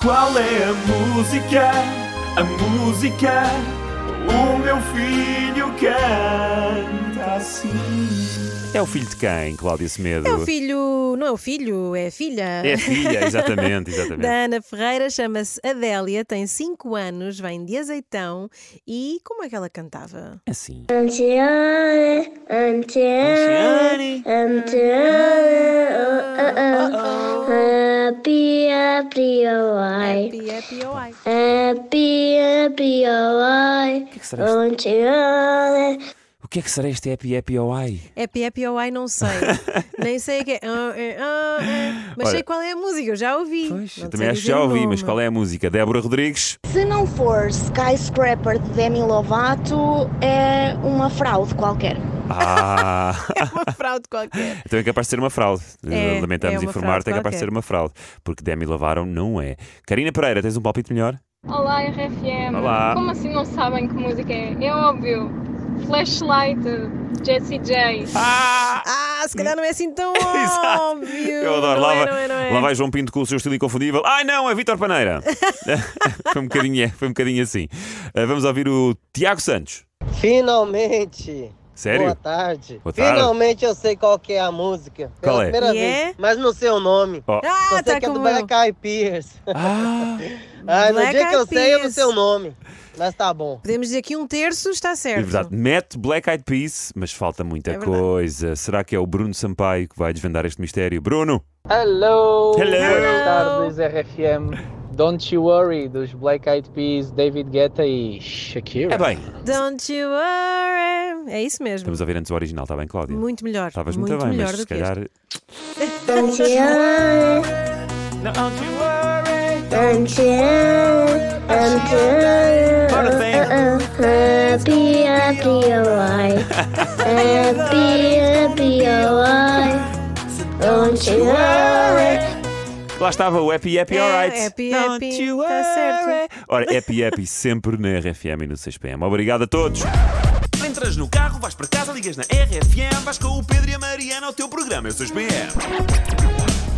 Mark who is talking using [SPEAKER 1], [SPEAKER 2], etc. [SPEAKER 1] Qual é a música? A música? O meu filho canta assim.
[SPEAKER 2] É o filho de quem, Cláudia Semedo?
[SPEAKER 3] É o filho, não é o filho, é a filha.
[SPEAKER 2] É a filha, exatamente, exatamente.
[SPEAKER 3] Da Ana Ferreira, chama-se Adélia, tem 5 anos, vem de azeitão e como é que ela cantava?
[SPEAKER 2] Assim.
[SPEAKER 4] Antiane, Antiane, Antiane, happy, happy, oh, I.
[SPEAKER 3] Happy, happy, oh, ai.
[SPEAKER 4] Happy, happy, oh, I.
[SPEAKER 2] é que será isto?
[SPEAKER 4] Antiane,
[SPEAKER 2] O que é que será este Happy Happy OI?
[SPEAKER 3] Happy, happy, oh, ai, não sei. Nem sei o que é. Ah, é, ah, é. Mas
[SPEAKER 2] Olha.
[SPEAKER 3] sei qual é a música, eu já ouvi.
[SPEAKER 2] Pois,
[SPEAKER 3] Não
[SPEAKER 2] eu também
[SPEAKER 3] sei
[SPEAKER 2] acho que
[SPEAKER 3] dizer
[SPEAKER 2] já
[SPEAKER 3] o
[SPEAKER 2] ouvi, mas
[SPEAKER 3] nome.
[SPEAKER 2] qual é a música? Débora Rodrigues?
[SPEAKER 5] Se não for Skyscraper de Demi Lovato, é uma fraude qualquer.
[SPEAKER 2] Ah!
[SPEAKER 3] Uma fraude qualquer.
[SPEAKER 2] então é capaz de ser uma fraude.
[SPEAKER 3] É,
[SPEAKER 2] Lamentamos
[SPEAKER 3] é uma
[SPEAKER 2] informar-te, é
[SPEAKER 3] fraude
[SPEAKER 2] capaz de
[SPEAKER 3] qualquer.
[SPEAKER 2] ser uma fraude. Porque Demi Lovaram não é. Karina Pereira, tens um palpite melhor?
[SPEAKER 6] Olá, RFM.
[SPEAKER 2] Olá.
[SPEAKER 6] Como assim não sabem que música é? É óbvio. Flashlight, Jesse J.
[SPEAKER 2] Ah!
[SPEAKER 3] Ah, se calhar não é assim tão
[SPEAKER 2] Exato.
[SPEAKER 3] óbvio.
[SPEAKER 2] Eu adoro.
[SPEAKER 3] Oh, Não
[SPEAKER 2] lá,
[SPEAKER 3] é,
[SPEAKER 2] vai-
[SPEAKER 3] não é, não é.
[SPEAKER 2] lá vai João Pinto com o seu estilo inconfundível. Ai não, é Vítor Paneira. foi, um bocadinho, foi um bocadinho assim. Ah, vamos ouvir o Tiago Santos.
[SPEAKER 7] Finalmente!
[SPEAKER 2] Sério?
[SPEAKER 7] Boa tarde.
[SPEAKER 2] Boa tarde.
[SPEAKER 7] Finalmente eu sei qual que é a música.
[SPEAKER 2] Qual é?
[SPEAKER 7] primeira
[SPEAKER 3] E é?
[SPEAKER 7] vez, mas não sei o nome.
[SPEAKER 2] Oh.
[SPEAKER 3] Ah,
[SPEAKER 7] Só sei
[SPEAKER 3] tá
[SPEAKER 7] que é do
[SPEAKER 3] como eu.
[SPEAKER 7] Black Eyed Peas.
[SPEAKER 2] Ah,
[SPEAKER 7] Ah, no
[SPEAKER 3] Black
[SPEAKER 7] dia que eu
[SPEAKER 3] Eyed
[SPEAKER 7] sei, eu não sei o
[SPEAKER 3] Peas.
[SPEAKER 7] nome. Mas tá bom.
[SPEAKER 3] Podemos dizer que um terço está
[SPEAKER 2] é
[SPEAKER 3] certo.
[SPEAKER 2] verdade. Mete Black Eyed Peas, mas falta muita
[SPEAKER 3] É verdade.
[SPEAKER 2] coisa. Será que é o Bruno Sampaio que vai desvendar este mistério? Bruno!
[SPEAKER 8] Hello!
[SPEAKER 2] Hello.
[SPEAKER 8] Boas tardes, RFM. Don't you worry, dos Black Eyed Peas, David Guetta e Shakira.
[SPEAKER 2] É bem.
[SPEAKER 3] Don't you worry. É isso mesmo.
[SPEAKER 2] Estamos a ouvir antes o original, está bem, Cláudia?
[SPEAKER 3] Muito melhor.
[SPEAKER 2] Estavas
[SPEAKER 3] muito
[SPEAKER 2] muito, bem,
[SPEAKER 3] melhor
[SPEAKER 2] mas se
[SPEAKER 3] do que
[SPEAKER 2] calhar.
[SPEAKER 4] Antiane, Antiane, Antiane,
[SPEAKER 1] Bora,
[SPEAKER 4] oh, oh, happy, happy, oh, I. Happy, happy, oh, I. Don't you worry.
[SPEAKER 2] Lá estava o Happy Happy
[SPEAKER 3] É,
[SPEAKER 2] Alright.
[SPEAKER 3] happy,
[SPEAKER 2] Don't
[SPEAKER 3] happy,
[SPEAKER 2] you
[SPEAKER 3] tá certo.
[SPEAKER 2] worry. Ora, Happy Happy sempre na RFM e no 6PM. Obrigado a todos.
[SPEAKER 1] Entras no carro, vais para casa, ligas na RFM, vais com o Pedro e a Mariana ao teu programa. Eu sou os BM.